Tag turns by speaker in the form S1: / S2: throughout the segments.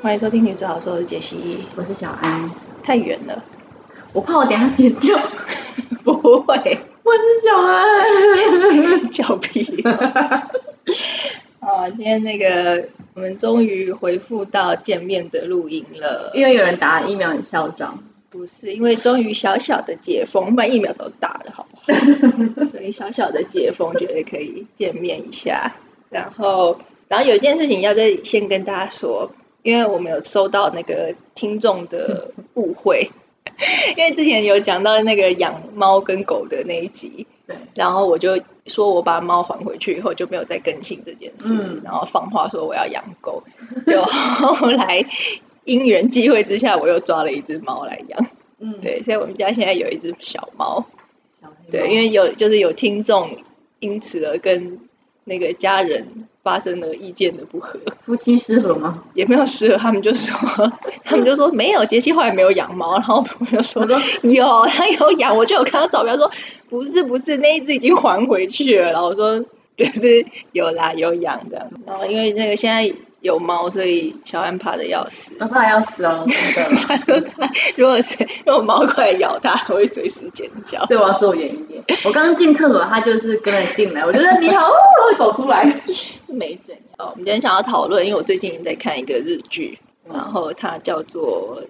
S1: 欢迎收听《女子好说》，我是杰西。
S2: 我是小安，
S1: 太远了，
S2: 我怕我等一下剪掉。
S1: 不会，
S2: 我是小 安，
S1: 叫 屁。啊，今天那个我们终于回复到见面的录音了，
S2: 因为有人打疫苗很嚣张，
S1: 不是因为终于小小的解封，把疫苗都打了，好不 好？所以小小的解封，觉得可以见面一下。然后，然后有一件事情要再先跟大家说，因为我们有收到那个听众的误会， 因为之前有讲到那个养猫跟狗的那一集，
S2: 对，
S1: 然后我就说我把猫还回去以后就没有再更新这件事，
S2: 嗯
S1: 然后放话说我要养狗，就后来因缘际会之下，我又抓了一只猫来养，
S2: 嗯，
S1: 对，所以我们家现在有一只小猫，
S2: 小黑猫，
S1: 对，因为有就是有听众因此而跟那个家人发生了意见的不合，
S2: 夫妻适合吗？
S1: 也没有适合，他们就 说他们就说没有，杰西后来没有养猫，然后我就说
S2: 我说
S1: 有，他有养，我就有看到照片，他说不是不是，那一只已经还回去了，然后我说就是有啦，有养的，然后因为那个现在有猫，所以小安怕的要死。
S2: 我怕要死哦，真的，
S1: 他 说他如果谁如果猫过来咬他，还会随时尖叫。
S2: 所以我要坐远一点。我刚刚进厕所，他就是跟了进来，我觉得你好，哦走出来。
S1: 没怎样。哦，我们今天想要讨论，因为我最近在看一个日剧，
S2: 嗯
S1: 然后它叫做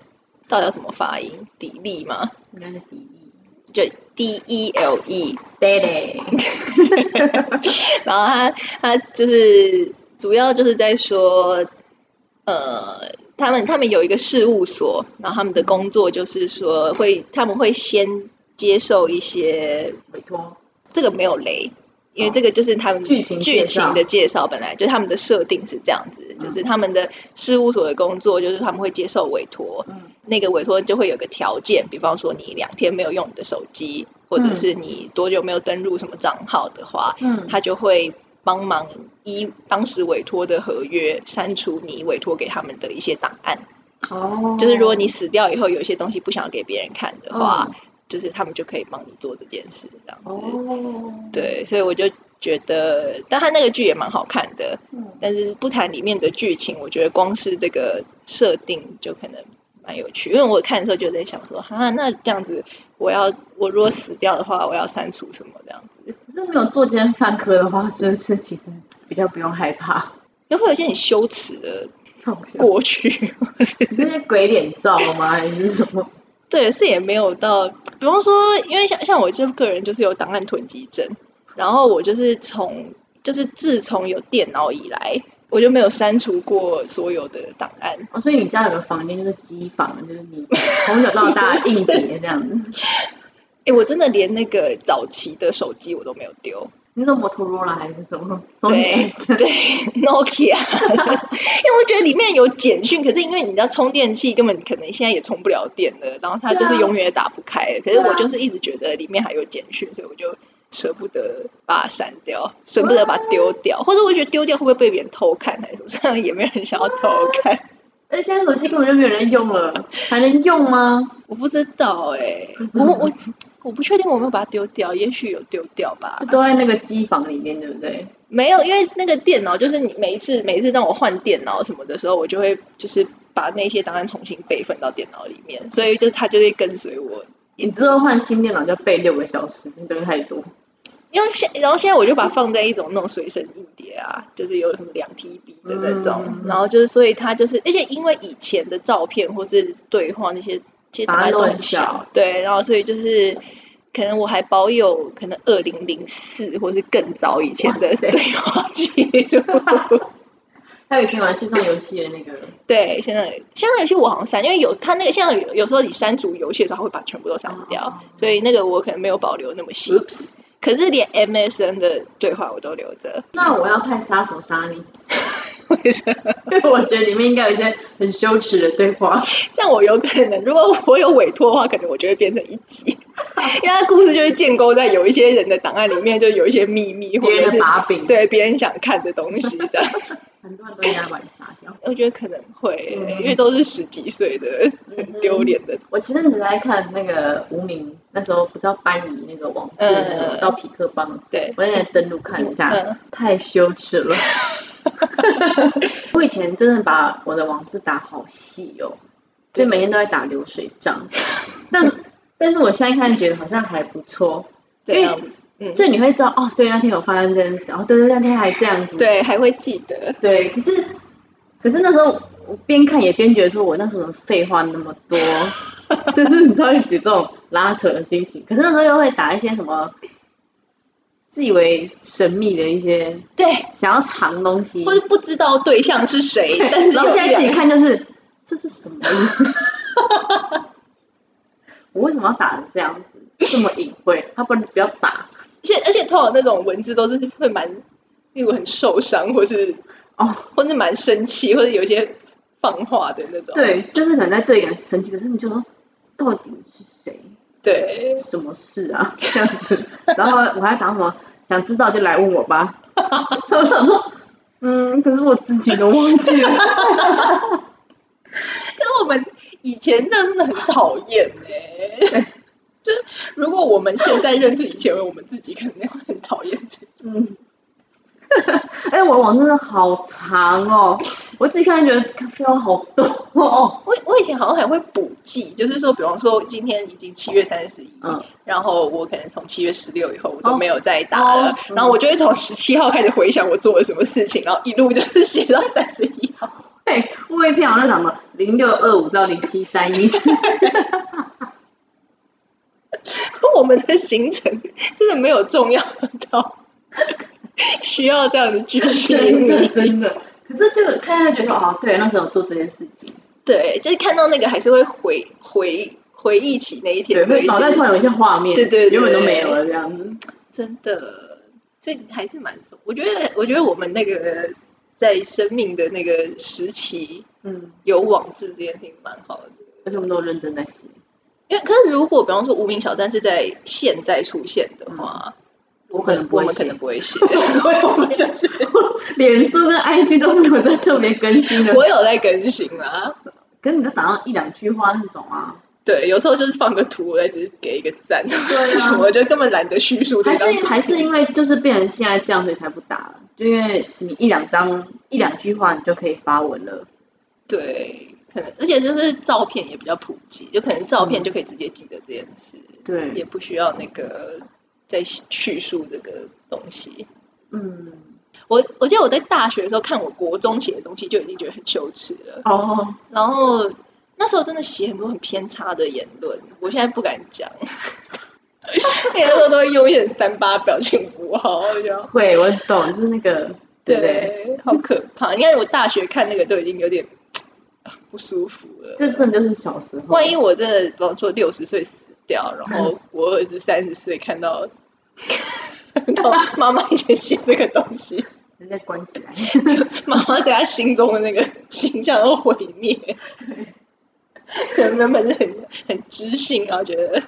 S1: 到底要怎么发音？迪丽吗？
S2: 应该是迪丽，
S1: 就 D E L E，
S2: 对嘞，
S1: 然后它它就是主要就是在说，呃，他们他们有一个事务所，然后他们的工作就是说会他们会先接受一些
S2: 委托，
S1: 这个没有雷，因为
S2: 哦
S1: 这个就是他们
S2: 剧情
S1: 剧
S2: 介绍嗯
S1: 情的介绍，本来就是他们的设定是这样子，就是他们的事务所的工作就是他们会接受委托，
S2: 嗯，
S1: 那个委托就会有个条件，比方说你两天没有用你的手机，或者
S2: 嗯
S1: 是你多久没有登录什么账号的话，
S2: 嗯
S1: 他就会帮忙依当时委托的合约删除你委托给他们的一些档案。
S2: 哦，
S1: 就是如果你死掉以后有一些东西不想给别人看的话，
S2: 嗯
S1: 就是他们就可以帮你做这件事，这样子。
S2: 哦，，
S1: 对，所以我就觉得，但他那个剧也蛮好看的，
S2: 嗯，
S1: 但是不谈里面的剧情，我觉得光是这个设定就可能蛮有趣。因为我看的时候就在想说，哈，那这样子，我要我如果死掉的话，我要删除什么这样子？
S2: 可是没有做奸犯科的话，是不是其实比较不用害怕？
S1: 就会有一些很羞耻的
S2: 过
S1: 过去，或是
S2: 你这是鬼脸照吗？还是什么？
S1: 对，是也没有到，比方说，因为像像我这个人就是有档案囤积症，然后我就是从就是自从有电脑以来，我就没有删除过所有的档案。
S2: 哦，所以你家有个房间就是机房，就是你从小到大硬碟这样子。
S1: 哎，我真的连那个早期的手机我都没有丢，
S2: 你说摩托罗拉还是什么？
S1: 对
S2: Sony
S1: 对，Nokia，因为我觉得里面有简讯，可是因为你知道充电器根本可能现在也充不了电了，然后它就是
S2: 对啊
S1: 永远也打不开了。可是
S2: 对啊
S1: 我就是一直觉得里面还有简讯，所以我就舍不得把它删掉，舍不得把它丢掉，或者我觉得丢掉会不会被别人偷看还是什么？ 虽然也没有人想要偷看，
S2: 而哎且现在手机根本就没有人用了，还能用吗？
S1: 我不知道哎、嗯我我我不确定我有没有把它丢掉，也许有丢掉吧
S2: 就。都在那个机房里面，对不对？
S1: 没有，因为那个电脑就是你每一次每一次让我换电脑什么的时候，我就会就是把那些档案重新备份到电脑里面，所以就它就会跟随我。
S2: 你之后换新电脑就备六个小时，你东西太多。
S1: 因为现然后现在我就把它放在一种那种随身硬碟 啊，就是有什么两 TB 的那种，
S2: 嗯
S1: 然后就是所以它就是，而且因为以前的照片或是对话那些，其实档
S2: 档
S1: 案
S2: 案
S1: 都
S2: 都
S1: 很
S2: 很小
S1: 小，对，然后所以就是。可能我还保有可能二零零四或是更早以前的
S2: 哇塞
S1: 对话记录，
S2: 还有以前玩线上游戏的那个，
S1: 对，现在现在游戏我好像删，因为有它那个现在有有时候你删除游戏的时候，它会把全部都删掉，
S2: 哦嗯
S1: 所以那个我可能没有保留那么细。
S2: Oops
S1: 可是连 MSN 的对话我都留 着，
S2: 那我要派杀手杀 你，
S1: 为什么？
S2: 因为我觉得里面应该有一些很羞耻的对话。
S1: 这样我有可能，如果我有委托的话，可能我就会变成一集， 因为它故事就会建构在有一些人的档案里面，就有一些秘密或
S2: 别
S1: 者
S2: 人
S1: 是
S2: 的把柄，，
S1: 对别人想看的东西这样。
S2: 很多人都应该把你杀掉。
S1: 我觉得可能会，
S2: 嗯
S1: 因为都是十几岁的很丢脸的
S2: 我前阵子在看那个无名，那时候不是要搬移那个网志、
S1: 嗯
S2: 到匹克邦，
S1: 对，
S2: 我在那登录看一下，
S1: 嗯
S2: 太羞耻了。我以前真的把我的网字打好细哦，就每天都在打流水账，但是但是我现在看觉得好像还不错，
S1: 这样，嗯，
S2: 就你会知道哦，对，那天有发生这件事，哦，对对，那天还这样子，
S1: 对，还会记得，
S2: 对，可是可是那时候我边看也边觉得说，我那时候怎么废话那么多，就是你知道一直这种拉扯的心情。可是那时候又会打一些什么自以为神秘的一些
S1: 对，
S2: 想要藏东西，
S1: 或是不知道对象是谁，
S2: 对
S1: 但是
S2: 然后
S1: 又
S2: 现在自己
S1: 想
S2: 看就是这是什么意思？我为什么要打成这样子，这么隐晦？他不然不要打
S1: 而且而且通常那种文字都是会蛮，例如很受伤，或是
S2: 哦。
S1: 或是蛮生气，或者有一些放话的那种。
S2: 对，就是可能在对一个人生气，可是你就说到底是谁？
S1: 对，
S2: 什么事啊？ 这样子，然后我还讲什么？想知道就来问我吧。 我想说，嗯，可是我自己都忘记了。
S1: 可是我们以前真的很讨厌哎。 就是如果我们现在认识以前，我们自己肯定会很讨厌这种。
S2: 嗯，哎、我网真的好长哦，我自己看觉得废话好多、哦。
S1: 我我以前好像还会补记，就是说，比方说今天已经七月三十一，
S2: 嗯，
S1: 然后我可能从七月十六以后我都没有再打
S2: 哦
S1: 了，
S2: 哦嗯
S1: 然后我就会从十七号开始回想我做了什么事情，然后一路就是写到三十一号。
S2: 哎、我一篇好像什么零六二五到零七三一，
S1: 我们的行程真的没有重要到 需要这样的巨
S2: 真的
S1: 细。
S2: 真的。可是就看下觉得说，哦，对，那时候有做这件事情，
S1: 对，就是看到那个还是会回回回忆起那一
S2: 对，
S1: 天的
S2: 会
S1: 一
S2: 脑袋
S1: 些
S2: 突然有一些画面，
S1: 对对对
S2: 原本都没有了这样子。
S1: 真的，所以还是蛮重。我觉得，我觉得我们那个在生命的那个时期
S2: 嗯，
S1: 有网志这件事情蛮好的。
S2: 而且我们都有认真在写。
S1: 因为可是如果比方说无名小站是在现在出现的话，
S2: 我可能嗯不
S1: 我
S2: 会
S1: 们可
S2: 写
S1: 能不会写。
S2: 我们就是 脸书跟 IG 都没有在特别更新 的，
S1: 我有在更新啊，
S2: 可是你就打上一两句话那种啊，
S1: 对，有时候就是放个图，我再只是给一个赞，
S2: 对 啊
S1: 我就根本懒得叙述这
S2: 还
S1: 张图。
S2: 是还是因为就是变成现在这样，所以才不打了，就因为你一两张一两句话你就可以发文了，
S1: 对，可能而且就是照片也比较普及，就可能照
S2: 嗯
S1: 片就可以直接记得这件事，也
S2: 对，
S1: 不需要那个再叙述这个东西。
S2: 嗯，
S1: 我我记得我在大学的时候看我国中写的东西就已经觉得很羞耻了，
S2: 哦，
S1: 然后那时候真的写很多很偏差的言论，我现在不敢讲。 那个时候都会用一些三八表情符号，我觉得
S2: 会，我懂，就是那个，对不对？
S1: 对，好可怕。因为我大学看那个都已经有点不舒服了。
S2: 就真的就是小时候，
S1: 万一我真的，比方说六十岁死掉，然后我儿子三十岁看到， 看到妈妈以前写这个东西，
S2: 直接关起来，
S1: 妈妈在他心中的那个形象都毁灭。可能原本是很很知性，然后觉得，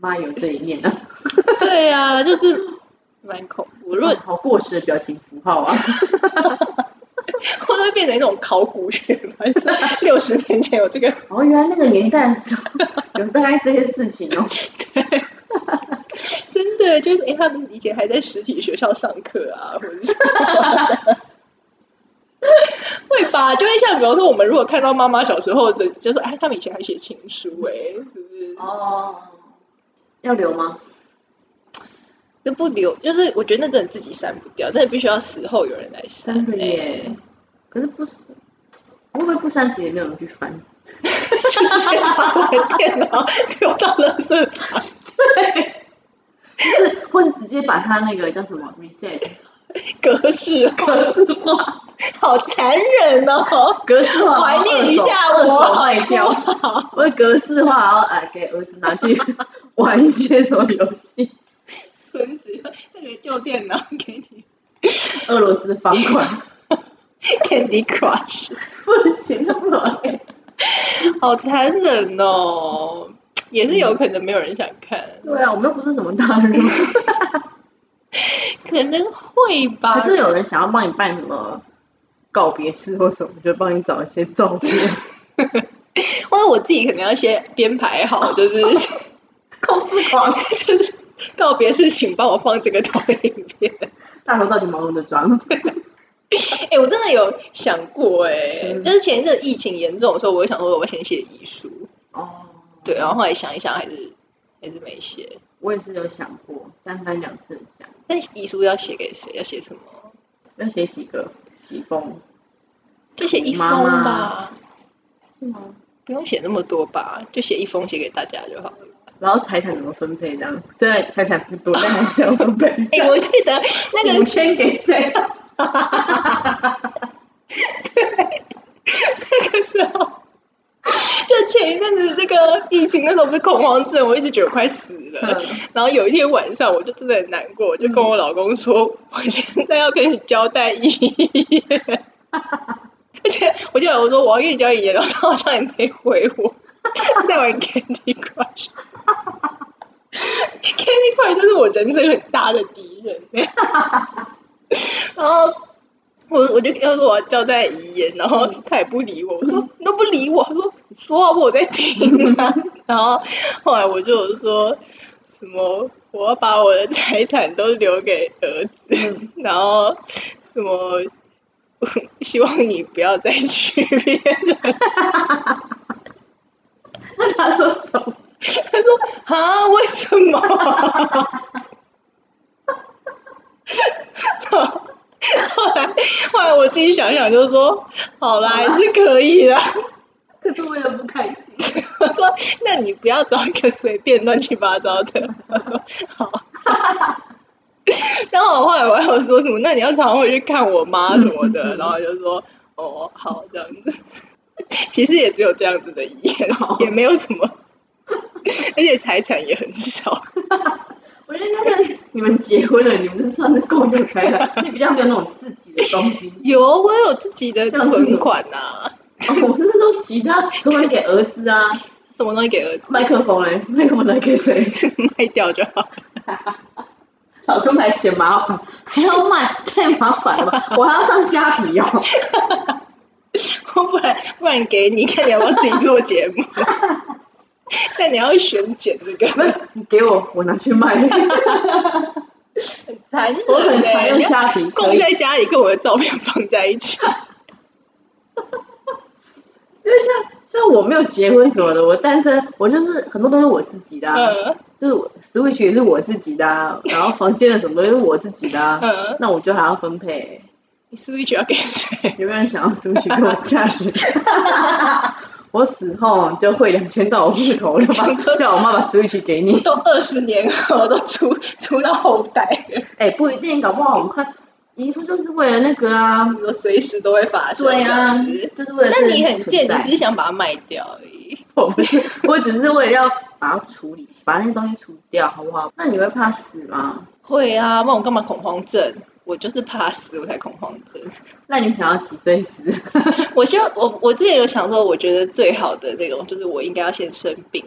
S2: 妈有这一面啊，
S1: 对啊，就是蛮恐怖。如果
S2: 哦好过时的表情符号啊，
S1: 会不会变成一种考古学嘛？就是六十年前有这个，
S2: 哦，原来那个年代的 时候有大概这些事情哦。
S1: 真的就是哎、诶他们以前还在实体学校上课啊， 或者是会吧？就会像比方说，我们如果看到妈妈小时候的，就说哎，他们以前还写情书哎、是不是？
S2: 哦，要留吗？
S1: 这不留，就是我觉得那真的自己删不掉，真的必须要死后有人来删、
S2: 真的
S1: 哎
S2: 耶，可是不是，会不会不删其实也没有人去翻？
S1: 直接把我的电脑丢到垃圾场。
S2: 就是，或是直接把它那个叫什么 reset
S1: 格式
S2: 格式化，
S1: 好残忍哦！
S2: 格式化，
S1: 怀念一下
S2: 二手
S1: 我
S2: 二手卖掉，我会格式化，然后哎给儿子拿 去玩一些什么游戏，
S1: 孙子，这个旧电脑给你
S2: 俄罗斯方块，
S1: Candy Crush。
S2: 不行，不能。
S1: 好残忍哦！也是有可能没有人想看，
S2: 对啊，我们又不是什么大 人，
S1: 可能会吧。
S2: 还是有人想要帮你办什么告别式或什么，就帮你找一些照片。
S1: 或者我自己可能要先编排好，就是 哦
S2: 控制狂，
S1: 就是告别式，请帮我放这个投影片。
S2: 大头到底毛那么脏？
S1: 哎、我真的有想过、哎、
S2: 嗯
S1: 就是前一阵疫情严重的时候，我就想说我要先写遗书，
S2: 哦，
S1: 对，然后后来想一想，还是还是没写。
S2: 我也是有想过，三番两次想，
S1: 但遗书要写给谁？要写什么？
S2: 要写几个几封？
S1: 就写一封
S2: 妈妈
S1: 吧，
S2: 是吗？
S1: 不用写那么多吧，就写一封写给大家就好了。
S2: 然后财产怎么分配？这样虽然财产不多，但还是要分配一
S1: 哎、
S2: 下。
S1: 我记得那个
S2: 五千给谁？
S1: 那个时候，就前一阵子那个疫情，那时候不是恐慌症，我一直觉得我快死了。
S2: 嗯
S1: 然后有一天晚上，我就真的很难过，我就跟我老公说，我现在要跟你交代遗言。而且我就想我说我要跟你交代遗言，然后他好像也没回我，他在玩 Candy Crush。Candy Crush 就是我人生很大的敌人、 然后我我就跟他说我要交代遗言，然后他也不理我，我说你都不理我，他说你说啊，我有在听啊。 然后后来我就说什么我要把我的财产都留给儿子， 然后什么。 希望你不要再去别人。
S2: 那 他说什 么？
S1: 他说啊，为什么？ 后 来后来我自己想想，就说好啦，还是可以啦。
S2: 可是为了不开心。
S1: 我说：“ 那你不要找一个随便乱七八糟的。” 他说：“好。”然后我后来我还有说什么？那你要常常回去看我妈什么 的，然后就说：“哦，好，这样子。”其实也只有这样子的遗言
S2: 好，
S1: 也没有什么，而且财产也很 少。
S2: 我觉得应该是你们结婚了，你们就算是共有财产， 你比较没有那种自己的东西。
S1: 有，啊我有自己的
S2: 像是什
S1: 存
S2: 么
S1: 款啊呐、
S2: 哦我是说其他，除了给儿子啊，
S1: 什么东西给儿
S2: 麦克风嘞，麦克风拿给谁？
S1: 子卖掉就好。
S2: 老公还嫌麻烦，还要卖， 太麻 烦了吧？我还要上虾皮哦。
S1: 不然不然给你，看你要不要自己做节目。 但你要选剪这个。
S2: 不是你给我，我拿去卖。
S1: 残忍、欸，
S2: 我很常用虾皮，可
S1: 供
S2: 以
S1: 在家里跟我的照片放在一 起，
S2: 因为像像我没有结婚什么的，我单身，我就是很多都是我自己的、啊，
S1: 嗯
S2: 就是我 Switch 也是我自己的、啊，然后房间的什么都是我自己的、啊，
S1: 嗯，
S2: 那我就还要分配、
S1: 你 Switch 要给谁？
S2: 有没有人想要 Switch 给我嫁人？ 我死后就汇两千到我户头了 吧，叫我妈把 Switch 给你。
S1: 都二十 年后都出出到后代了，
S2: 哎、不一定，搞不好我们看遗书就是为了那个啊，
S1: 我随时都会发生。
S2: 对啊
S1: 这样子，
S2: 就是为了
S1: 那
S2: 这个
S1: 你很
S2: 存
S1: 贱，你
S2: 在
S1: 只是想把它卖掉而已。
S2: 我不是，我只是为了要把它处理，把那些东西处理掉，好不好？那你会怕死吗？
S1: 会啊，不然我干嘛恐慌症？我就是怕死，我才恐慌症。
S2: 那你想要几岁 死？
S1: 我希望我我之前有想说，我觉得最好的那种就是我应该要先生病，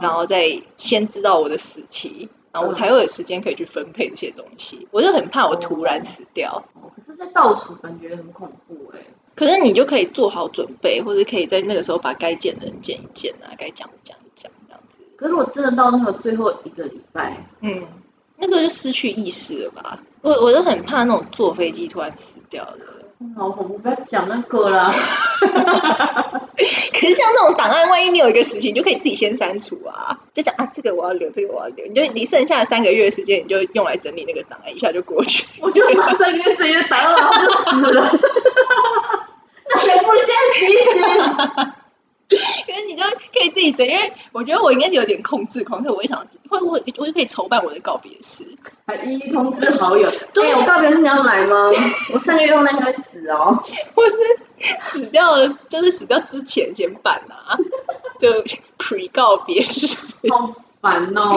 S1: 然后再先知道我的死期，然后我
S2: 嗯
S1: 才会有时间可以去分配这些东西。我就很怕我突然死掉，
S2: 哦，可是，在倒数感觉很恐怖哎、
S1: 可是你就可以做好准备，或者可以在那个时候把该见的人见一见啊，该讲的讲一讲这样子。
S2: 可是我真的到那个最后一个礼拜，
S1: 嗯，那时候就失去意识了吧？我我就很怕那种坐飞机突然死掉的。
S2: 嗯好恐怖！不要讲那个啦。
S1: 可是像那种档案，万一你有一个死期，你就可以自己先删除啊，就想啊这个我要留，这个我要留，你就你剩下的三个月的时间，你就用来整理那个档案，一下就过去。
S2: 我就马上跟直接打到，然后就死了。那也不先急死？
S1: 因为你就可以自己整，因为我觉得我应该有点控制狂，所以我也想，会我我就可以筹办我的告别式。
S2: 还一一通知好友。
S1: 对
S2: 对、我告别是你要来吗？我上个月用那个会死哦。
S1: 或是死掉了，就是死掉之前先办 啊，就 pre 告别式，
S2: 好烦哦。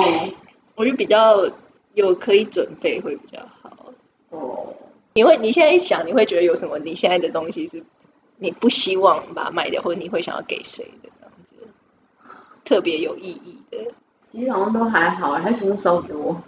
S1: 我就比较有可以准备会比较好。
S2: 哦，
S1: 你会你现在一想，你会觉得有什么你现在的东西是你不希望把它卖掉，或者你会想要给谁的这样子，特别有意义的。
S2: 其实好像都还好，还全部烧给我。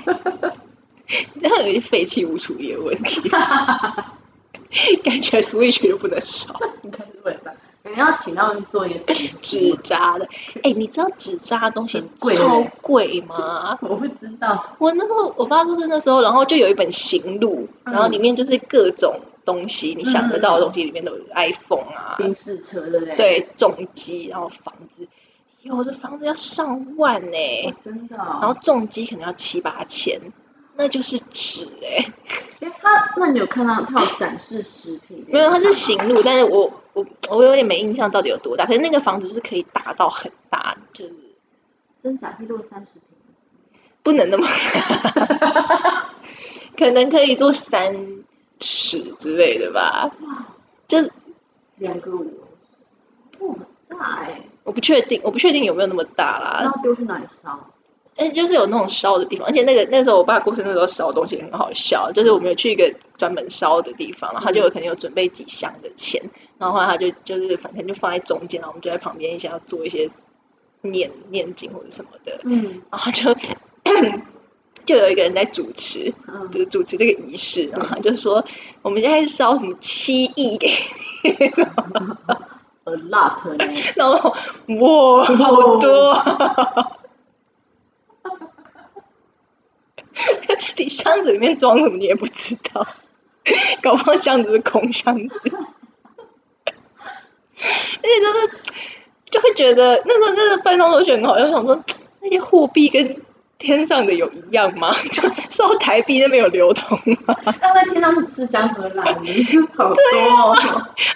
S1: 这样有一些废弃物处理的问题，感觉 Switch 就不能少。
S2: 应该是会上，感觉要请他们做一 个指
S1: 纸扎的，哎、你知道纸扎的东西
S2: 很贵对不
S1: 超
S2: 对
S1: 贵吗？
S2: 我不知道，
S1: 我那时候我爸就是那时候，然后就有一本行录，
S2: 嗯嗯
S1: 然后里面就是各种东西，你想得到的东西里面都有 iPhone 啊，
S2: 冰室车对不对？
S1: 对，重机，然后房子，有的房子要上万呢、
S2: 哦，真的、
S1: 然后
S2: 哦。
S1: 重机可能要七八千，那就是纸哎、
S2: 然后他，那你有看到他有展示食品？
S1: 没有，它是行路，但是我我我有点没印象到底有多大，可是那个房子是可以大到很大，就是
S2: 真假披露三十平，
S1: 不能那么大， 可能可以做三尺之类的吧，
S2: 哇，
S1: 就
S2: 两个五，不很大哎、
S1: 我不确定，我不确定有没有那么大
S2: 然
S1: 啦。
S2: 后丢去哪里烧？
S1: 哎，就是有那种烧的地方，而且那个那时候我爸过生日的时候烧的东西很好笑，就是我们有去一个专门烧的地方，然后他就有可能有准备几箱的钱，然后后来他就就是反正就放在中间，然后我们就在旁边想要做一些念念经或者什么的，
S2: 嗯
S1: 然后就 就有一个人在主持，
S2: 嗯
S1: 就是主持这个仪式，然后他就说我们现在烧什么七亿给你，
S2: ，a lot 呢、
S1: 然后我哇好多，你箱子里面装什么你也不知道，搞不好箱子是空箱子，而且就是就会觉得那时候那个办公都觉得很好，就想说那些货币跟。天上的有一样吗？ 就烧台币那边有流通吗？
S2: 他们天上是吃香喝辣，你是好多、哦。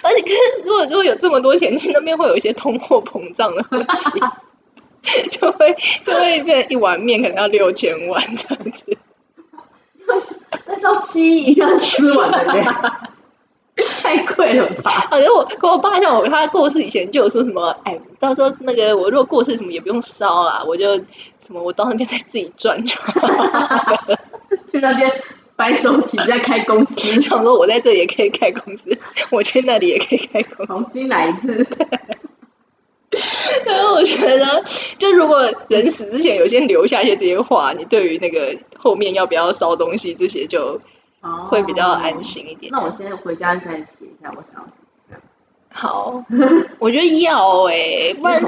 S1: 而且，可是如果如果有这么多钱，那边会有一些通货膨胀的问题，就会就会变成一碗面可能要六千万这样子。
S2: 那时候七一下吃完了耶， 太贵了吧？
S1: 好像我跟我爸讲，我他过世以前就有说什么，哎，到时候那个我如果过世什么也不用烧啦，我就什么我到那边再自己赚就好。
S2: 去那边白手起家开公司，
S1: 我 想说我在这里也可以开公司，我去那里也可以开公司。
S2: 重新来一次。
S1: 但是我觉得，就如果人死之前有先留下一些这些话，你对于那个后面要不要烧东西这些就会比较安。心一点。
S2: 哦那我现在回家就开始写一下，我想要什么。
S1: 好，我觉得要哎、不然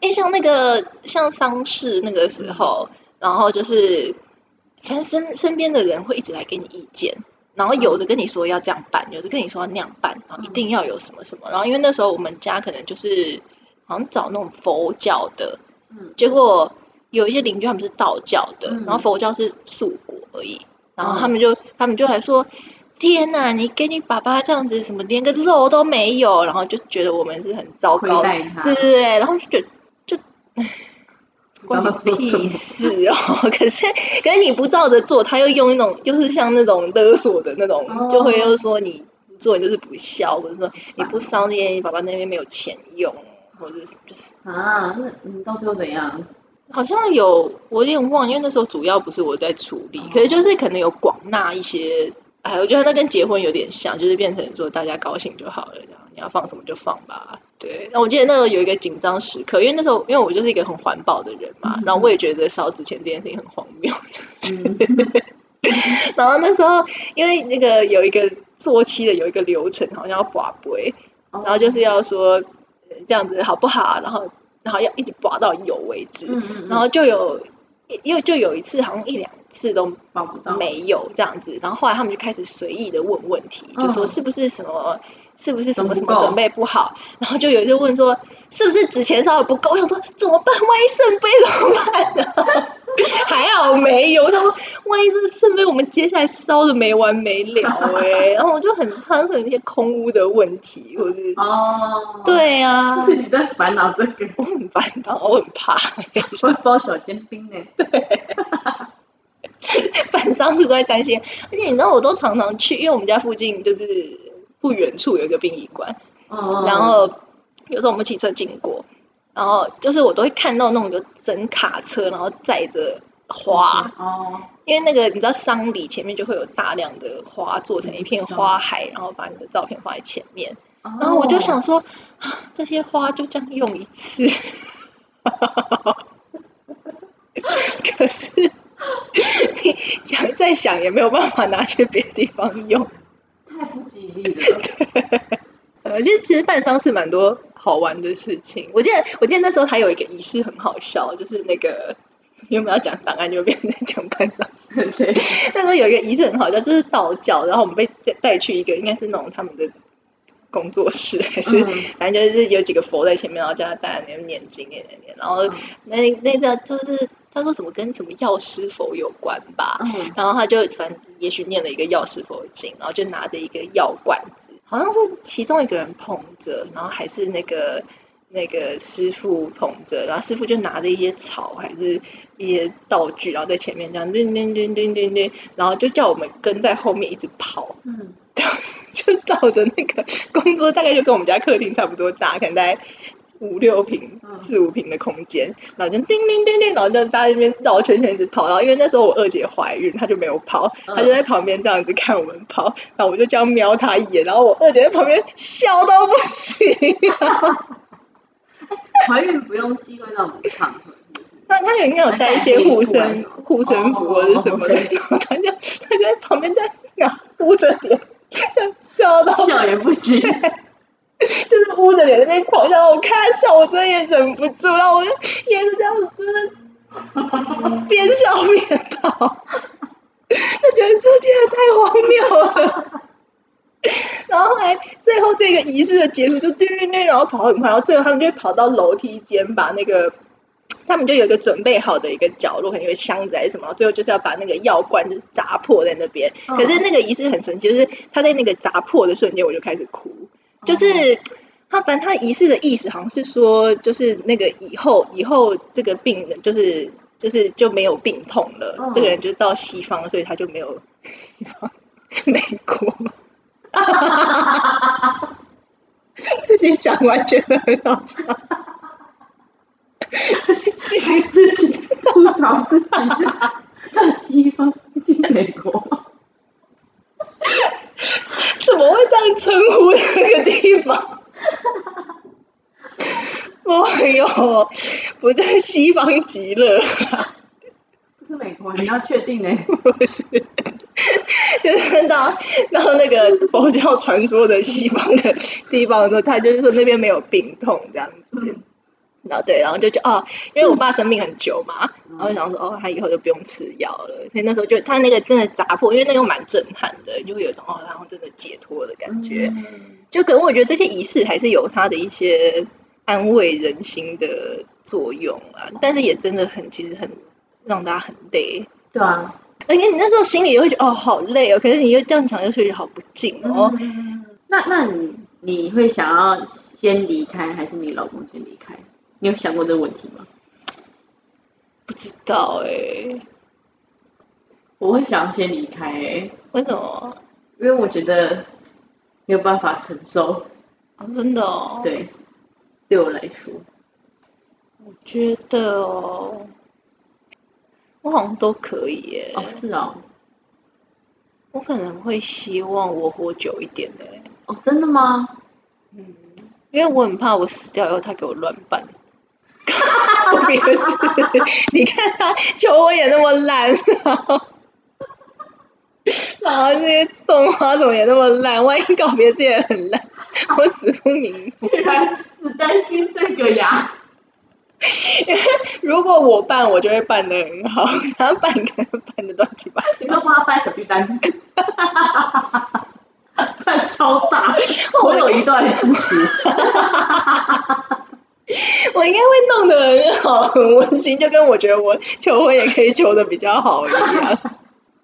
S1: 哎、像那个像丧事那个时候，然后就是反正身身边的人会一直来给你意见，然后
S2: 嗯
S1: 有的跟你说要这样办，有的跟你说要那样办，然后一定要有什么什么，然后因为那时候我们家可能就是好像找那种佛教的，
S2: 嗯
S1: 结果有一些邻居他们是道教的，
S2: 嗯
S1: 然后佛教是素果而已，然后他们就、他们就来说。天呐、你给你爸爸这样子，什么连个肉都没有，然后就觉得我们是很糟糕
S2: 亏
S1: 的
S2: 待他。
S1: 对对对，然后就觉得就关
S2: 刚
S1: 你
S2: 刚说什
S1: 屁
S2: 么
S1: 事哦！可是可是你不照着做，他又用一种又是像那种勒索的那种，
S2: 哦
S1: 就会又说你不做你就是不孝，或者说你不烧那些，你爸爸那边没有钱用，或者是就是
S2: 啊，那你到最后怎样？
S1: 好像有我有点忘，因为那时候主要不是我在处理
S2: 哦，
S1: 可是就是可能有广纳一些。哎，我觉得那跟结婚有点像，就是变成说大家高兴就好了，这样你要放什么就放吧。对，那我记得那时候有一个紧张时刻，因为那时候因为我就是一个很环保的人嘛，
S2: 嗯
S1: 然后我也觉得烧纸钱这件事情很荒谬，
S2: 嗯，
S1: 然后那时候因为那个有一个做期的有一个流程，好像要拔杯，
S2: 然
S1: 然后就是要说呃这样子好不好，然后然后要一直拔到有为止，
S2: 嗯嗯，
S1: 然后就有又就有一次好像一两次都
S2: 抱不到，
S1: 没有这样子，然后后来他们就开始随意的问问题，就说
S2: 嗯
S1: 是不是什么。是不是什么什
S2: 准不
S1: 么
S2: 够
S1: 准备不好？然后就有人就问说，是不是纸钱烧的不够？我想说怎么办？万一圣杯怎么办呢、 还好没有。我想说，万一这个圣杯我们接下来烧的没完没 了哎、然后我就很怕会有一些空屋的问题，或者是、
S2: 哦，，
S1: 对啊呀、
S2: 是你在烦恼这个，
S1: 我很烦恼，我很怕、
S2: 会包小尖兵呢。
S1: 办丧事都在担心，而且你知道我都常常去，因为我们家附近就是不远处有一个殡仪馆，
S2: 哦，
S1: 然后有时候我们骑车经过，然后就是我都会看到那种有整卡车，然后载着花，
S2: 哦，
S1: 因为那个你知道丧礼前面就会有大量的花做成一片花海，然后把你的照片放在前面，然
S2: 然
S1: 后我就想说，啊这些花就这样用一次， 可是你想再想也没有办法拿去别的地方用。
S2: 太不吉利了，
S1: 呃，其实其实办丧事蛮多好玩的事情。我记得我记得那时候还有一个仪式很好笑，就是那个原本要讲档案，就变成在讲班上事。
S2: 对，
S1: 那时候有一个仪式很好笑，就是道教，然后我们被带带去一个应该是那种他们的工作室， 还是、
S2: 嗯
S1: 反正就是有几个佛在前面，然后叫他大家念念经念念念，然后
S2: 嗯
S1: 那那个就是他说什么跟什么药师佛有关吧，
S2: 嗯，
S1: 然后他就反正也许念了一个药师佛经，然后就拿着一个药罐子，好像是其中一个人捧着，然后还是那个那个师傅捧着，然后师傅就拿着一些草还是一些道具，然后在前面这样叮叮叮叮叮叮，然后就叫我们跟在后面一直跑，
S2: 嗯，
S1: 就照着那个工作大概就跟我们家客厅差不多大，可能大概。五六平、
S2: 嗯
S1: 四五平的空间，然后就叮叮叮叮，然后就大家在那边绕圈圈一直跑。然后因为那时候我二姐怀孕，她就没有跑，
S2: 嗯
S1: 她就在旁边这样子看我们跑，然后我就这样瞄她一眼，然后我二姐在旁边笑到不 行。
S2: 怀孕不用忌讳那种胖，是不是
S1: 她她也应该有带一些护
S2: 哎
S1: 身护身符或者什么的，
S2: 哦
S1: 然后她就她就在旁边在那捂着脸，笑到
S2: 笑也不行，
S1: 就是捂着脸在那边狂笑，我看他笑，我真的也忍不住，然后我就也是这样子，真的边笑边跑，就觉得这天太荒谬了。然后后来最后这个仪式的结束就叮叮叮，然后跑很快，然后最后他们就会跑到楼梯间，把那个他们就有一个准备好的一个角落，可能有个箱子还是什么，最后就是要把那个药罐就是砸破在那边。
S2: 嗯
S1: 可是那个仪式很神奇，就是他在那个砸破的瞬间，我就开始哭，就是。他反正他仪式的意思好像是说，就是那个以后以后这个病人就是就是就没有病痛了，
S2: 嗯
S1: 这个人就到西方，所以他就没有 美国。 自己讲完觉得很好笑，
S2: 自己自己吐槽自己，到西方， 去美国，
S1: 怎么会这样称呼那个地方？ 哎呦，不就是西方极乐啊？
S2: 不是美国，你要确定哎、
S1: 不是， 就是到到那个佛教传说的西方的地方的时候，他就是说那边没有病痛这样子。
S2: 嗯
S1: 然后对，然后就觉得哦，因为我爸生病很久嘛，
S2: 嗯
S1: 然后就想说哦，他以后就不用吃药了。所以那时候就他那个真的砸破，因为那个蛮震撼的，就会有一种哦，然后真的解脱的
S2: 嗯
S1: 感觉。就可能我觉得这些仪式还是有它的一些安慰人心的作用啊，但是也真的很其实很让大家很累。
S2: 对啊，
S1: 而且你那时候心里也会觉得哦好累哦，可是你又这样想又觉得好不敬哦。
S2: 嗯，那那你你会想要先离开，还是你老公先离开？你有想过这个问题吗？
S1: 不知道哎、
S2: 我会想要先离开、欸，
S1: 为什么？
S2: 因为我觉得没有办法承受，
S1: 哦真的哦，，
S2: 对，对我来说，
S1: 我觉得哦，我好像都可以耶、
S2: 哦是哦，
S1: 我可能会希望我活久一点欸的、
S2: 哦真的吗？
S1: 嗯，因为我很怕我死掉以后他给我乱办。特别是你看他求婚也那么烂，然后然后那些送花什么也那么烂，万一告别式也很烂，我死不瞑目。
S2: 竟然只担心这个呀？
S1: 如果我办，我就会办的很好，他办可能办的乱七八
S2: 你都帮他办小巨蛋，办超 大，我有一段支持。
S1: 糟，我应该会弄得很好，很温馨，就跟我觉得我求婚也可以求的比较好一样。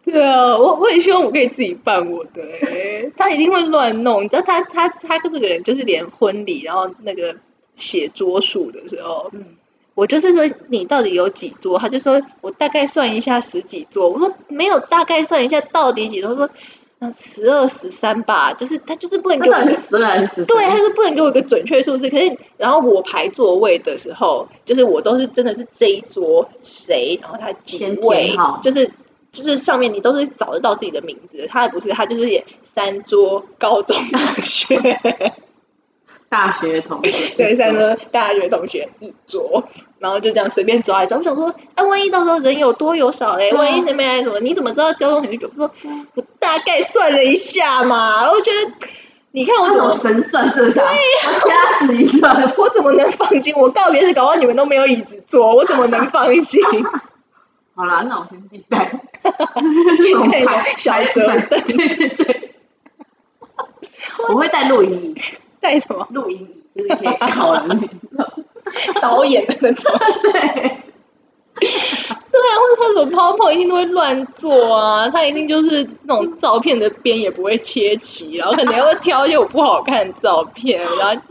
S1: 对啊，我我也希望我可以自己办我的、 欸，他一定会乱弄。你知道他他他这个人就是连婚礼，然后那个写桌数的时候，
S2: 嗯，
S1: 我就是说你到底有几桌，他就说我大概算一下十几桌，我说没有大概算一下到底几桌，他说十二十三吧，就是他就是不能
S2: 那
S1: 给我
S2: 到
S1: 一
S2: 底
S1: 个
S2: 是死了还是死？
S1: 对，他就不能给我一个准确数字。可是，然后我排座位的时候，就是我都是真的是这一桌谁，然后他几
S2: 先
S1: 位
S2: 填好，
S1: 就是就是上面你都是找得到自己的名字的。他不是，他就是也三桌高中同学，
S2: 大学同学，
S1: 对，三桌大学同学一桌，然后就这样随便抓一张。我想说，啊，万一到时候人有多有少嘞？
S2: 对啊
S1: 万一那边还有什么？你怎么知道高中同学？我说
S2: 对啊
S1: 我大概算了一下嘛，然后我觉得。你看我
S2: 他
S1: 怎
S2: 怎么
S1: 么，
S2: 神算这啥？掐指一算，
S1: 我怎么能放心？ 我告别是搞到你们都没有椅子坐，我怎么能放心？
S2: 好啦，那我先自己带。
S1: 可以的小折凳
S2: 对对对。我会带录音椅，
S1: 带什么
S2: 录音椅就是可以考的那种。
S1: 导演的那种？
S2: 对，
S1: 对啊，或者他什么 PowerPoint 一定都会乱做啊，他一定就是那种照片的边也不会切齐，然后可能还会挑一些我不好看的照片，然后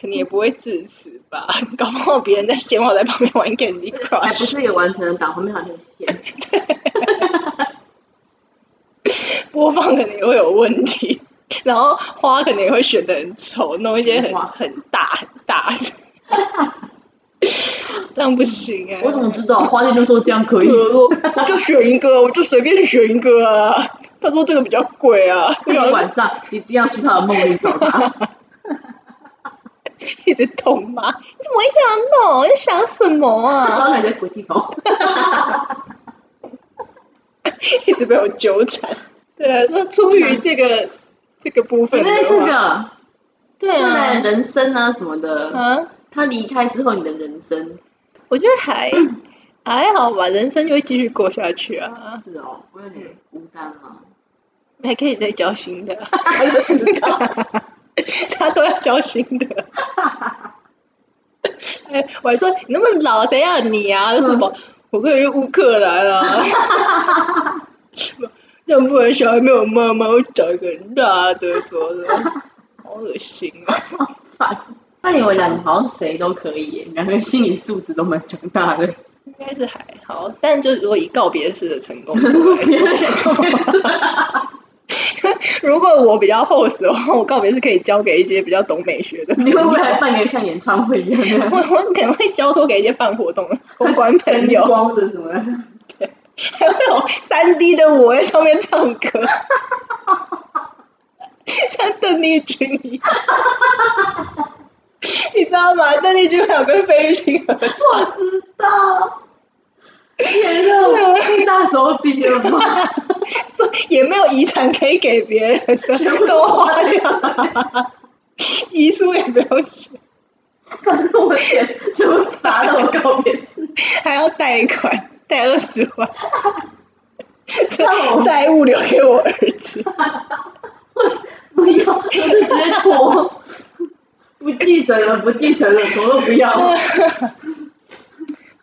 S1: 可能也不会致辞吧， 搞不好别人在闲话在旁边玩 Candy
S2: 还不
S1: Crush，
S2: 是有完成的档，旁边还有那个线。
S1: 播放可能也会有问题，然后花可能也会选的很丑，弄一些很
S2: 花
S1: 很大很大的， 这样不行哎、
S2: 我怎么知道？花店就说这样可以。
S1: 我我就选一个，我就随便选一个啊。他说这个比较贵 啊，我想
S2: 那天
S1: 说
S2: 晚上一定要去他的梦里找他。
S1: 一直痛骂，你怎么会这样弄？你在想什么
S2: 然
S1: 啊？
S2: 后他在鬼剃头。
S1: 一直被我纠缠。对啊，那出于这个这个部
S2: 因
S1: 分的
S2: 为
S1: 话，
S2: 这
S1: 对
S2: 个，未来
S1: 啊，
S2: 人生啊什么的，
S1: 啊，
S2: 他离开之后你的人生
S1: 我觉得还还好吧，人生就会继续过下去啊，
S2: 是哦，不会有点孤单啊吗？
S1: 还可以再交新的 啊。他都要交新的。哎，我还说你那么老，谁要你啊？就什么，我个人是乌克兰啊。 让不然小孩没有妈妈，我找一个很辣的，怎么的，好恶心啊！
S2: 那你们两个好像谁都可以耶，两个心理素质都蛮强大的。
S1: 应该是还好，但就如果以告别式的成功度来说，如果我比较厚实的话，我告别是可以交给一些比较懂美学的朋
S2: 你会
S1: 友
S2: 不会还办个像演唱会一样的
S1: 我我可能会交托给一些办活动的公关 朋
S2: 灯
S1: 友，
S2: 光的什么的？
S1: 还会有三 D 的我在上面唱歌，像邓丽君一样。你知道吗？邓丽君还有跟费玉清合作，
S2: 我知道， 天哪，是大手笔了吗？
S1: 所以也没有遗产可以给别人的，都花掉 了，遗书也不用写，
S2: 反正我钱全部砸到告别式，
S1: 还要贷款，贷二十万，
S2: 那
S1: 这
S2: 我
S1: 债务留给我儿 子。
S2: 不要，我就直接拖，不继承了，不继承了，什么都不要。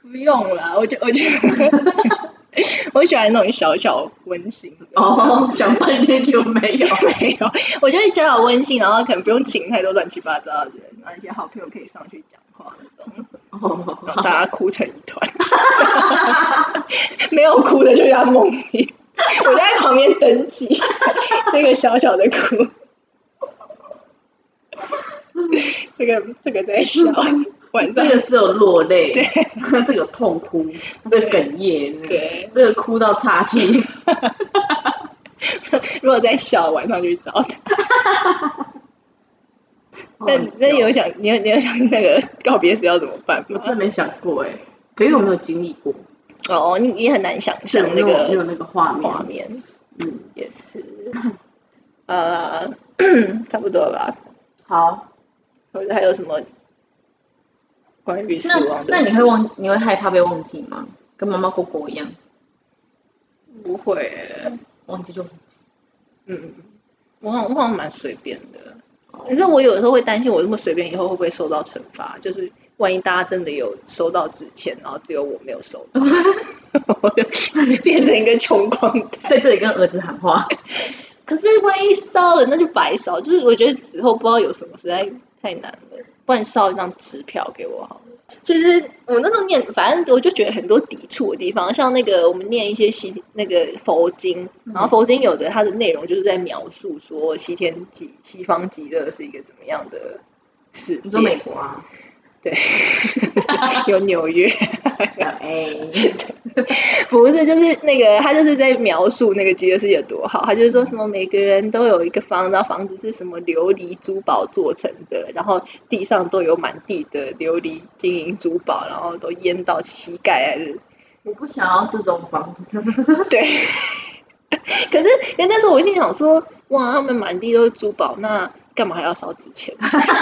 S1: 不用啦，我觉我觉得 我喜欢那种小小温馨的。
S2: 哦，想半天就没有。
S1: 没有，我觉得小小温馨，然后可能不用请太多乱七八糟的人，然后一些好朋友可以上去讲话那种，然后
S2: 哦，
S1: 大家哭成一团， 没有哭的就叫梦里，我就在旁边登记这个小小的哭，这个这个在笑，晚上
S2: 这个只有落泪，这个有痛哭，这个哽咽，
S1: 对
S2: 这个哭到岔气。
S1: 如果在笑，晚上就去找他。那
S2: 哦
S1: 那有想你有你有想 那个告别时要怎么办
S2: 我
S1: 吗
S2: 真？的没想过哎、可是我没有经历过，
S1: 哦，你你很难想象
S2: 没
S1: 那
S2: 有没有
S1: 个
S2: 那个画面
S1: 画。面，
S2: 嗯，
S1: 也是，呃， 差不多吧。
S2: 好，
S1: 或者还有什么关于死
S2: 那
S1: 亡的
S2: 那
S1: 事？
S2: 你会忘，你会害怕被忘记吗？跟妈妈、狗狗一样，
S1: 不会欸？
S2: 忘记就忘记。
S1: 嗯，我好我好像蛮随便的。可是我有时候会担心，我这么随便以后会不会受到惩罚？就是万一大家真的有收到纸钱，然后只有我没有收 到，我就 变成一个穷光蛋。
S2: 在这里跟儿子喊话，
S1: 可是万一烧了，那就白烧。就是我觉得之后不知道有什么，实在太难了。不然烧一张支票给我好了。其实我那时候念，反正我就觉得很多抵触的地方，像那个我们念一些西那个佛经，
S2: 嗯
S1: 然后佛经有的它的内容就是在描述说西天极西方极乐是一个怎么样的世
S2: 你
S1: 界
S2: 说，美国啊
S1: 对， 有纽约，
S2: ，LA，
S1: 不是，就是那个他就是在描述那个极乐世界有多好，他就是说什么每个人都有一个房，然后房子是什么琉璃珠宝做成的，然后地上都有满地的琉璃金银珠宝，然后都淹到膝盖还是
S2: 我不想要这种房子。
S1: 对。可是，可是那时候我心里想说，哇，他们满地都是珠宝，那干嘛还要烧纸钱？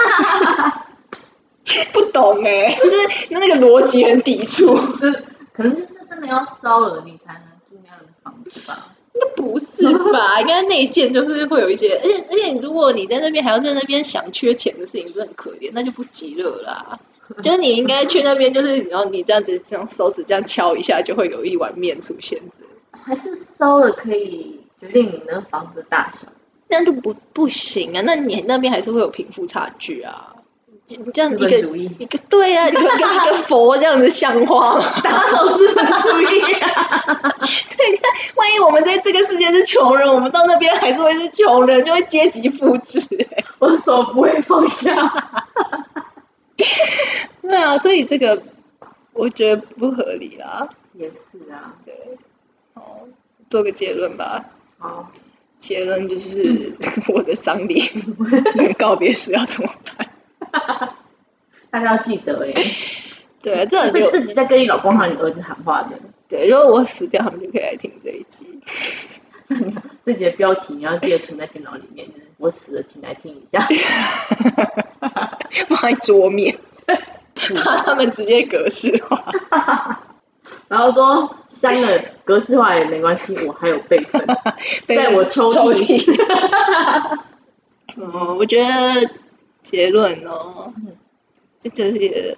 S1: 不懂哎、就是那那个逻辑很抵触。
S2: 这可能就是真的要烧了你才能住那样的房子吧。
S1: 那不是吧？应该内建就是会有一些，而且而且，如果你在那边还要在那边想缺钱的事情，不是很可怜，那就不急了啦。就是你应该去那边，就是然后你这样子，这样手指这样敲一下，就会有一碗面出现之类的
S2: 还是烧了可以决定你那个房子大小，
S1: 那就不不行啊！那你那边还是会有贫富差距啊。你你这样
S2: 资
S1: 一
S2: 本
S1: 个
S2: 主 义。
S1: 一个对啊，一个跟一个佛这样子像话吗？
S2: 打手资本主义、
S1: 对，你看，万一我们在这个世界是穷人，我们到那边还是会是穷人，就会阶级复制、欸。
S2: 我的手不会放下。
S1: 对啊，所以这个我觉得不合理啦。
S2: 也是啊，
S1: 对，哦，做个结论吧。
S2: 好，
S1: 结论就是
S2: 嗯
S1: 我的丧礼跟告别式要怎么办？
S2: 大家要记得哎、
S1: 对啊，这很
S2: 是
S1: 有
S2: 自己在跟你老公还有你儿子喊话的。
S1: 对，如果我死掉，他们就可以来听这一集。
S2: 自己的标题你要记得存在电脑里面，就是我死了，请来听一下。
S1: 放在桌面，
S2: 是
S1: 怕他们直接格式化。
S2: 然后说删了格式化也没关系，我还有备份，在我抽
S1: 抽
S2: 屉。
S1: 哦，我觉得结论哦
S2: 嗯，
S1: 这就是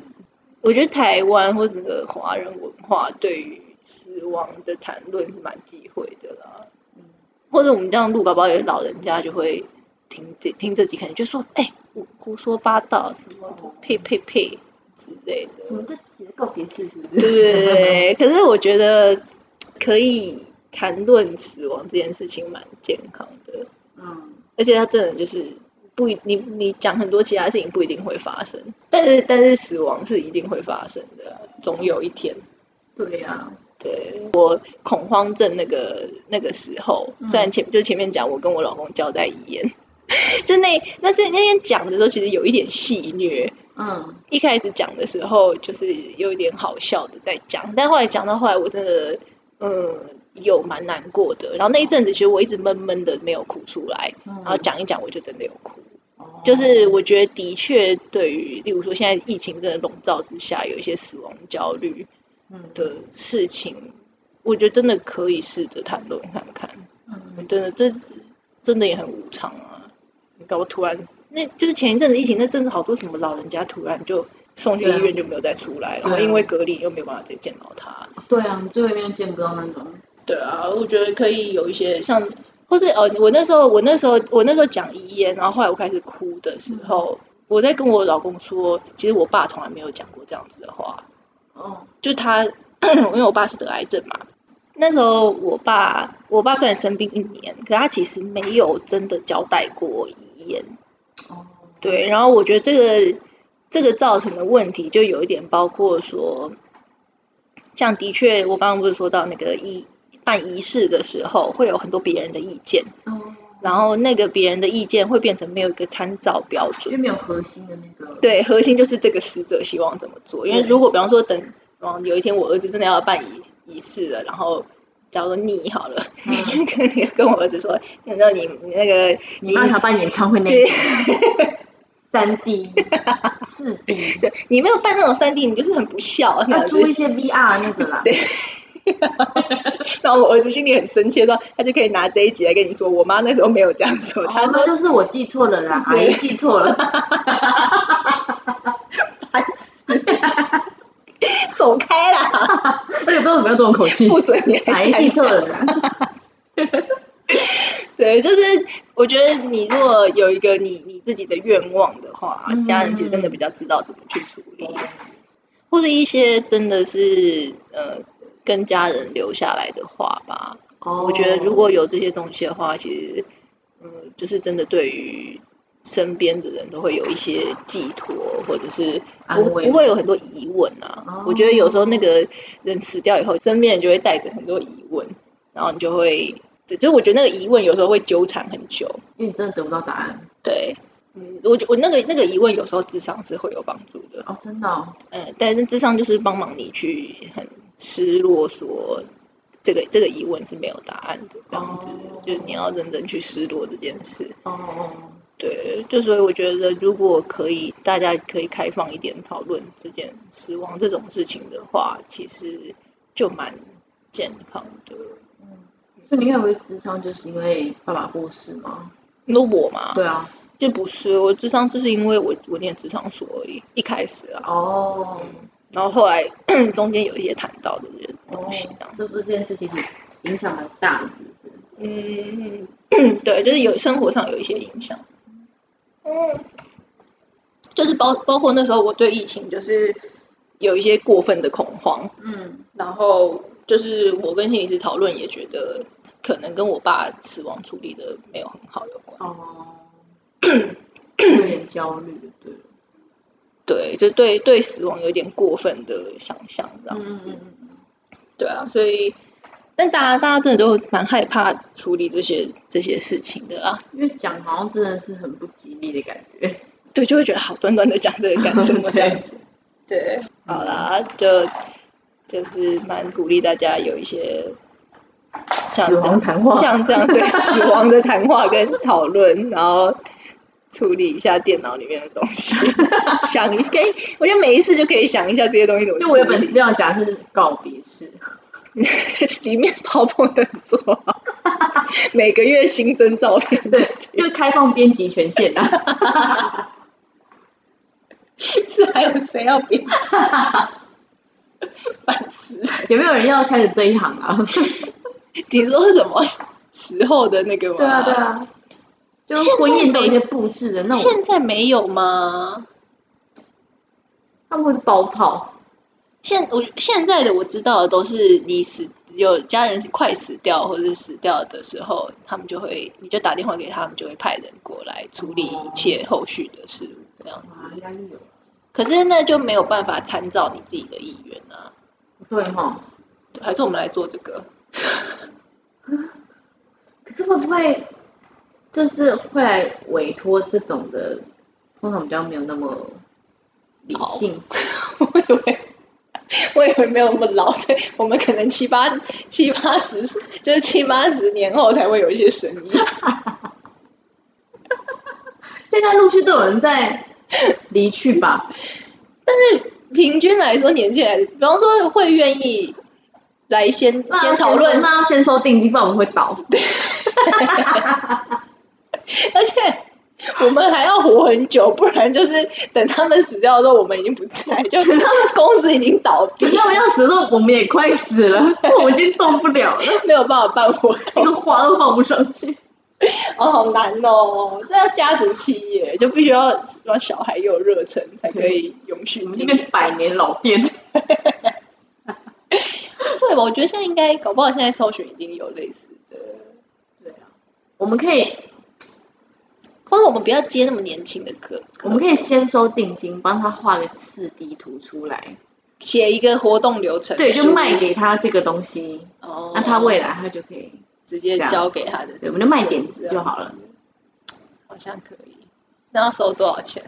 S1: 我觉得台湾或者整个华人文化对于死亡的谈论是蛮忌讳的啦。
S2: 嗯
S1: 或者我们这样录，搞不好有些老人家就会听这听这集，可能就说：“哎、胡胡说八道，什么
S2: 哦
S1: 呸呸呸之类的。”
S2: 什么叫自己的告别式？是不是？
S1: 对，可是我觉得可以谈论死亡这件事情蛮健康的，
S2: 嗯，
S1: 而且它真的就是不一你你讲很多其他事情不一定会发生，但是但是死亡是一定会发生的啊，总有一天。
S2: 对啊呀、
S1: 对我恐慌症那个那个时候，虽然前就前面讲我跟我老公交代遗言， 就那那这那天讲的时候，其实有一点戏虐，
S2: 嗯，
S1: 一开始讲的时候就是有一点好笑的在讲，但后来讲到后来，我真的嗯有蛮难过的。然后那一阵子，其实我一直闷闷的没有哭出来，
S2: 然
S1: 然后讲一讲，我就真的有哭。
S2: 讲
S1: 就是我觉得的确对于，例如说现在疫情真的笼罩之下，有一些死亡焦虑
S2: 嗯，
S1: 的事情，我觉得真的可以试着谈论看看。
S2: 嗯
S1: 真的，这真的也很无常啊！你搞不好突然，那就是前一阵子疫情那阵子，好多什么老人家突然就送去
S2: 对啊
S1: 医院就没有再出来，然后
S2: 对啊
S1: 因为隔离又没有办法再见到他。
S2: 对啊，你最后面见不到那种，
S1: 对啊，我觉得可以有一些像，或是哦，我那时候我那时候我那时候讲遗言，然后后来我开始哭的时候，我在跟我老公说，其实我爸从来没有讲过这样子的话。
S2: 哦，
S1: 就他， 因为我爸是得癌症嘛，那时候我爸，我爸虽然生病一年，可他其实没有真的交代过遗言。
S2: 哦，
S1: 对，然后我觉得这个这个造成的问题，就有一点包括说，像的确，我刚刚不是说到那个仪办仪式的时候，会有很多别人的意见，
S2: 哦，
S1: 然后那个别人的意见会变成没有一个参照标准
S2: 因。为没有核心的那个，，
S1: 对，核心就是这个死者希望怎么做。因为
S2: 对
S1: 如果比方说等，嗯，有一天我儿子真的要办仪仪式了，然后假如说你好了，
S2: 嗯
S1: 跟你跟我儿子说，你知道你你那个
S2: 你帮他办演唱会那
S1: 对
S2: 个三 D、四 D，
S1: 对，你没有办那种三 D，你就是很不孝那
S2: 要
S1: 样子
S2: 租。一些 VR 那个啦，
S1: 对然后我儿子心里很生气的时候，他就可以拿这一集来跟你说，我妈那时候没有这样说，
S2: 哦，
S1: 她
S2: 那
S1: 说
S2: 就是我记错了啦，阿
S1: 对
S2: 姨记错了，
S1: 走开 啦，
S2: 而且不知道怎么用这种口气
S1: 不准你
S2: 阿
S1: 来
S2: 姨
S1: 参
S2: 记错
S1: 加。
S2: 了啦，
S1: 对，就是我觉得你如果有一个你你自己的愿望的话，
S2: 嗯
S1: 家人其实真的比较知道怎么去处理，或者一些真的是呃跟家人留下来的话吧。
S2: 哦
S1: 我觉得如果有这些东西的话，其实嗯、呃就是真的对于身边的人都会有一些寄托，或者是不
S2: 安慰
S1: 不会有很多疑问啊。
S2: 哦
S1: 我觉得有时候那个人死掉以后，身边人就会带着很多疑问，然后你就会，对就是我觉得那个疑问有时候会纠缠很久。
S2: 因为你真的得不到答案
S1: 对，嗯，我觉我那个那个疑问有时候智商是会有帮助的，
S2: 哦，真的哦，
S1: 嗯，但是智商就是帮忙你去很失落说。这个这个疑问是没有答案的，这样子
S2: 哦
S1: 就是你要认真去失落这件事。
S2: 哦，
S1: 对，就所以我觉得，如果可以，大家可以开放一点讨论这件死亡这种事情的话，其实就蛮健康的。
S2: 嗯所以你有为智商就是因为爸爸过世吗？
S1: 那我嘛，
S2: 对啊，
S1: 就不是我智商，就是因为我我念智商所而已，一开始啊，
S2: 哦，
S1: 然后后来 中间有一些谈到的这些东西，这样。
S2: 哦这这件事其实影响蛮大的，是不是？
S1: 嗯，对，就是有生活上有一些影响。嗯，就是包包括那时候我对疫情就是有一些过分的恐慌，
S2: 嗯，
S1: 然后就是我跟心理师讨论也觉得可能跟我爸死亡处理的没有很好有关。
S2: 哦，有点焦虑，对，
S1: 对，就对对死亡有点过分的想象这样
S2: 嗯
S1: 子。
S2: 嗯嗯，
S1: 对啊，所以但大家大家真的都蛮害怕处理这些这些事情的啊。
S2: 因为讲好像真的是很不吉利的感觉，
S1: 对，就会觉得好端端的讲这个干什么这
S2: 对
S1: 样子。对，好啦，就就是蛮鼓励大家有一些像这
S2: 死亡
S1: 样
S2: 谈话
S1: 像这样对死亡的谈话跟讨论，然后处理一下电脑里面的东 西，想一可以，我觉得每一次就可以想一下这些东西怎么
S2: 就我
S1: 处
S2: 有本
S1: 理
S2: 资，料夹是告别式，
S1: 里面泡泡的做好， 每个月新增照片就
S2: 对，就开放编辑权限啊，
S1: 是还有谁要 编辑？烦死了！
S2: 有没有人要开始这一行啊？
S1: 你说什么时候的那个吗？
S2: 对啊，对。啊，就是婚宴都有一些布置的那种，
S1: 现在没有吗？
S2: 他们会包套，
S1: 现我现在的我知道的都是你死有家人快死掉或者是死掉的时候，他们就会你就打电话给他们，就会派人过来处理一切后续的事务这样
S2: 哇，应
S1: 子。
S2: 该是有，
S1: 可是那就没有办法参照你自己的意愿啊。
S2: 对哈。
S1: 对还是我们来做这个？
S2: 可是会不会就是会来委托这种的，通常比较没有那么理性，
S1: 我以为我以为没有那么老，对，我们可能七八七八十，就是七八十年后才会有一些声音。
S2: 现在陆续都有人在离去吧？
S1: 平均来说，年轻人，比方说会愿意来先
S2: 那
S1: 先讨论，
S2: 那要啊先收定金，不然我们会倒。
S1: 而且我们还要活很久，不然就是等他们死掉的时候，我们已经不在，就是公司已经倒闭
S2: 等，他们要死的时候，我们也快死 了，我们已经动不了了，
S1: 没有办法办活
S2: 那
S1: 动，
S2: 个花都放不上 去。
S1: 哦，好难哦，这要家族企业，就必须要让小孩有热忱才可以永续
S2: 我们
S1: 经
S2: 这边
S1: 营。
S2: 百年老店，嗯
S1: 对吧？我觉得现在应该，搞不好现在搜寻已经有类似的，
S2: 我们可以，
S1: 或者我们不要接那么年轻的课，
S2: 我们可以先收定金，帮他画个四 D 图出来，
S1: 写一个活动流程书，
S2: 对，就卖给他这个东西，
S1: 哦，啊
S2: 那他未来他就可以
S1: 直接
S2: 这样
S1: 交给他的，
S2: 对，我们就卖点子就，好了。
S1: 好像可以。那要收多少钱？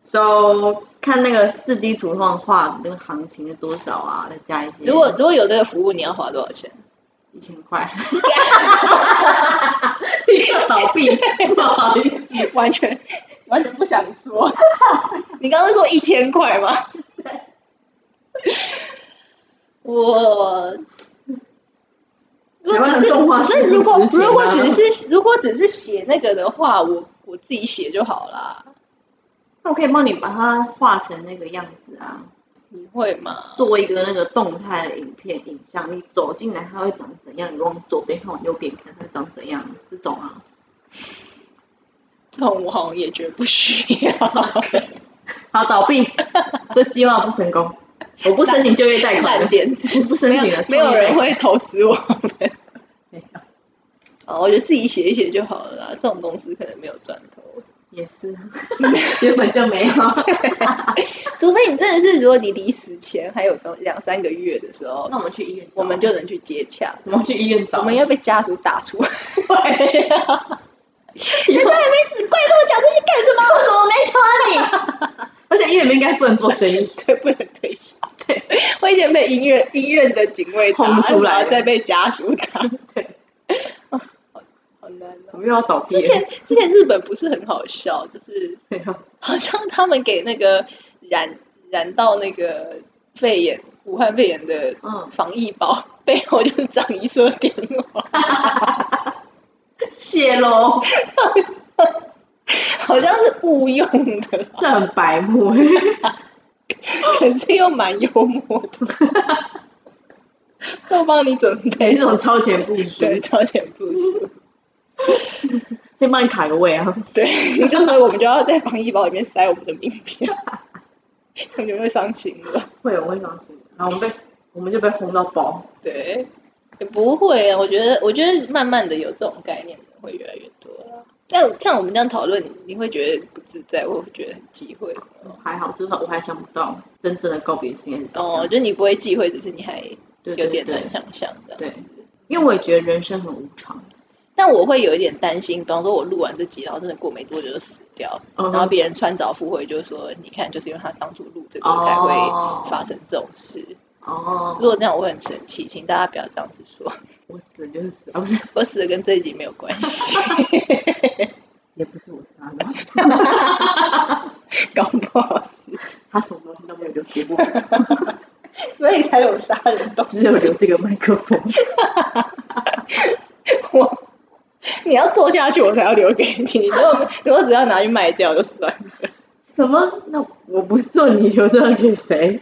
S2: So 看那个四 D 图上画那个行情是多少啊？再加一些，
S1: 如果如果有这个服务，你要花多少 钱？
S2: 一千块，倒闭，不好意思，
S1: 完全完全不想做。 你刚刚说一千块吗？我如
S2: 台
S1: 果
S2: 湾
S1: 只
S2: 的
S1: 是
S2: 动画
S1: 可是
S2: 是
S1: 如果
S2: 很值钱啊
S1: 如果只是如果只是写那个的话，我我自己写就好啦。
S2: 那我可以帮你把它画成那个样子啊，
S1: 你会吗？
S2: 做一个那个动态的影片影像，你走进来它会长怎样？你往左边看，往右边看，它长怎样？这种啊，
S1: 这种我好像也觉得不需要。
S2: 好，倒闭， 这计划不成功，我不申请就业贷款
S1: 烂
S2: 了，
S1: 点子，
S2: 我不申
S1: 没有
S2: 请
S1: 没有
S2: 了，创业贷
S1: 人
S2: 款
S1: 会投资我们。
S2: 没有
S1: 哦，我觉得自己写一写就好了啦，这种公司可能没有赚头。
S2: 也是，原本就没有。
S1: 除非你真的是，如果你离死前还有个两三个月的时候，
S2: 那我们去医院找，
S1: 我们就能去接洽。
S2: 我们去医院找，
S1: 我们 要被家属打出 来。
S2: 以
S1: 人家
S2: 后
S1: 还没死，怪跟我讲这些干什么？
S2: 为什么没有啊你？ 而且医院应该不能做生意，
S1: 对，不能推销。对，我以前被医院医院的警卫打，
S2: 轰出来
S1: 然后再被家属打。
S2: 对
S1: 哦，好难哦。
S2: 我们又要倒闭
S1: 之
S2: 了。
S1: 前之前日本不是很好笑，就是
S2: 对啊
S1: 好像他们给那个染染到那个肺炎武汉肺炎的
S2: 嗯，
S1: 防疫包 背后就是长一说电话，
S2: 谢喽，
S1: 好像是误用的，
S2: 这很白目。
S1: 可是又蛮幽默的。都帮你准备
S2: 你这种超前部署，
S1: 对超前部署，
S2: 先帮你卡个位啊。
S1: 对，就所以我们就要在防疫包里面塞我们的名片， 我觉得会伤心的。
S2: 会有会伤心，然后我们被我们就被轰到爆。
S1: 对，也不会啊，我觉得，我觉得慢慢的有这种概念的人会越来越多啦。但像我们这样讨论，你会觉得不自在，我会觉得很忌讳吗。
S2: 还好，就是我还想不到真正的告别式应该是怎
S1: 哦，
S2: 样。
S1: 就是你不会忌讳，只是你还
S2: 对
S1: 有
S2: 对
S1: 点
S2: 对
S1: 难，想象这样。
S2: 对，因为我也觉得人生很无常。
S1: 但我会有一点担心，比方说我录完这集，然后真的过没多久就死 掉，
S2: 然
S1: 然后别人穿凿附会，就说你看，就是因为他当初录这个才会发生这种事。如
S2: 哦，
S1: 果这样，我会很生气，请大家不要这样子说，
S2: 我死了就是死了，啊不是，
S1: 我死了跟这一集没有关 系，
S2: 也不是我啊杀的，
S1: 搞不好是。
S2: 他什么东西都没有留给我，
S1: 所以才有杀人动
S2: 只有留这个麦克风。
S1: 我，你要做下去，我才要留给你。如果如果只要拿去卖掉就算了，
S2: 什么？那我不做，你留着给谁？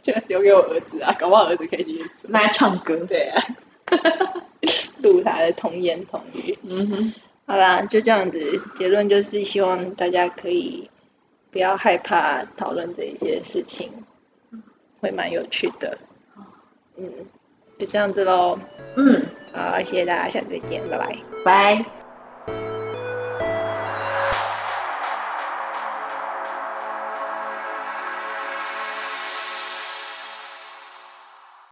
S1: 就留给我儿子啊，搞不好儿子可以继续做。
S2: 拿来唱歌。
S1: 对啊，录他的童言童语。
S2: 嗯哼，
S1: 好啦，就这样子，结论就是希望大家可以不要害怕讨论这一些事情，会蛮有趣的。嗯，就这样子喽。
S2: 嗯，
S1: 好，谢谢大家，下次再见，拜拜。
S2: 拜。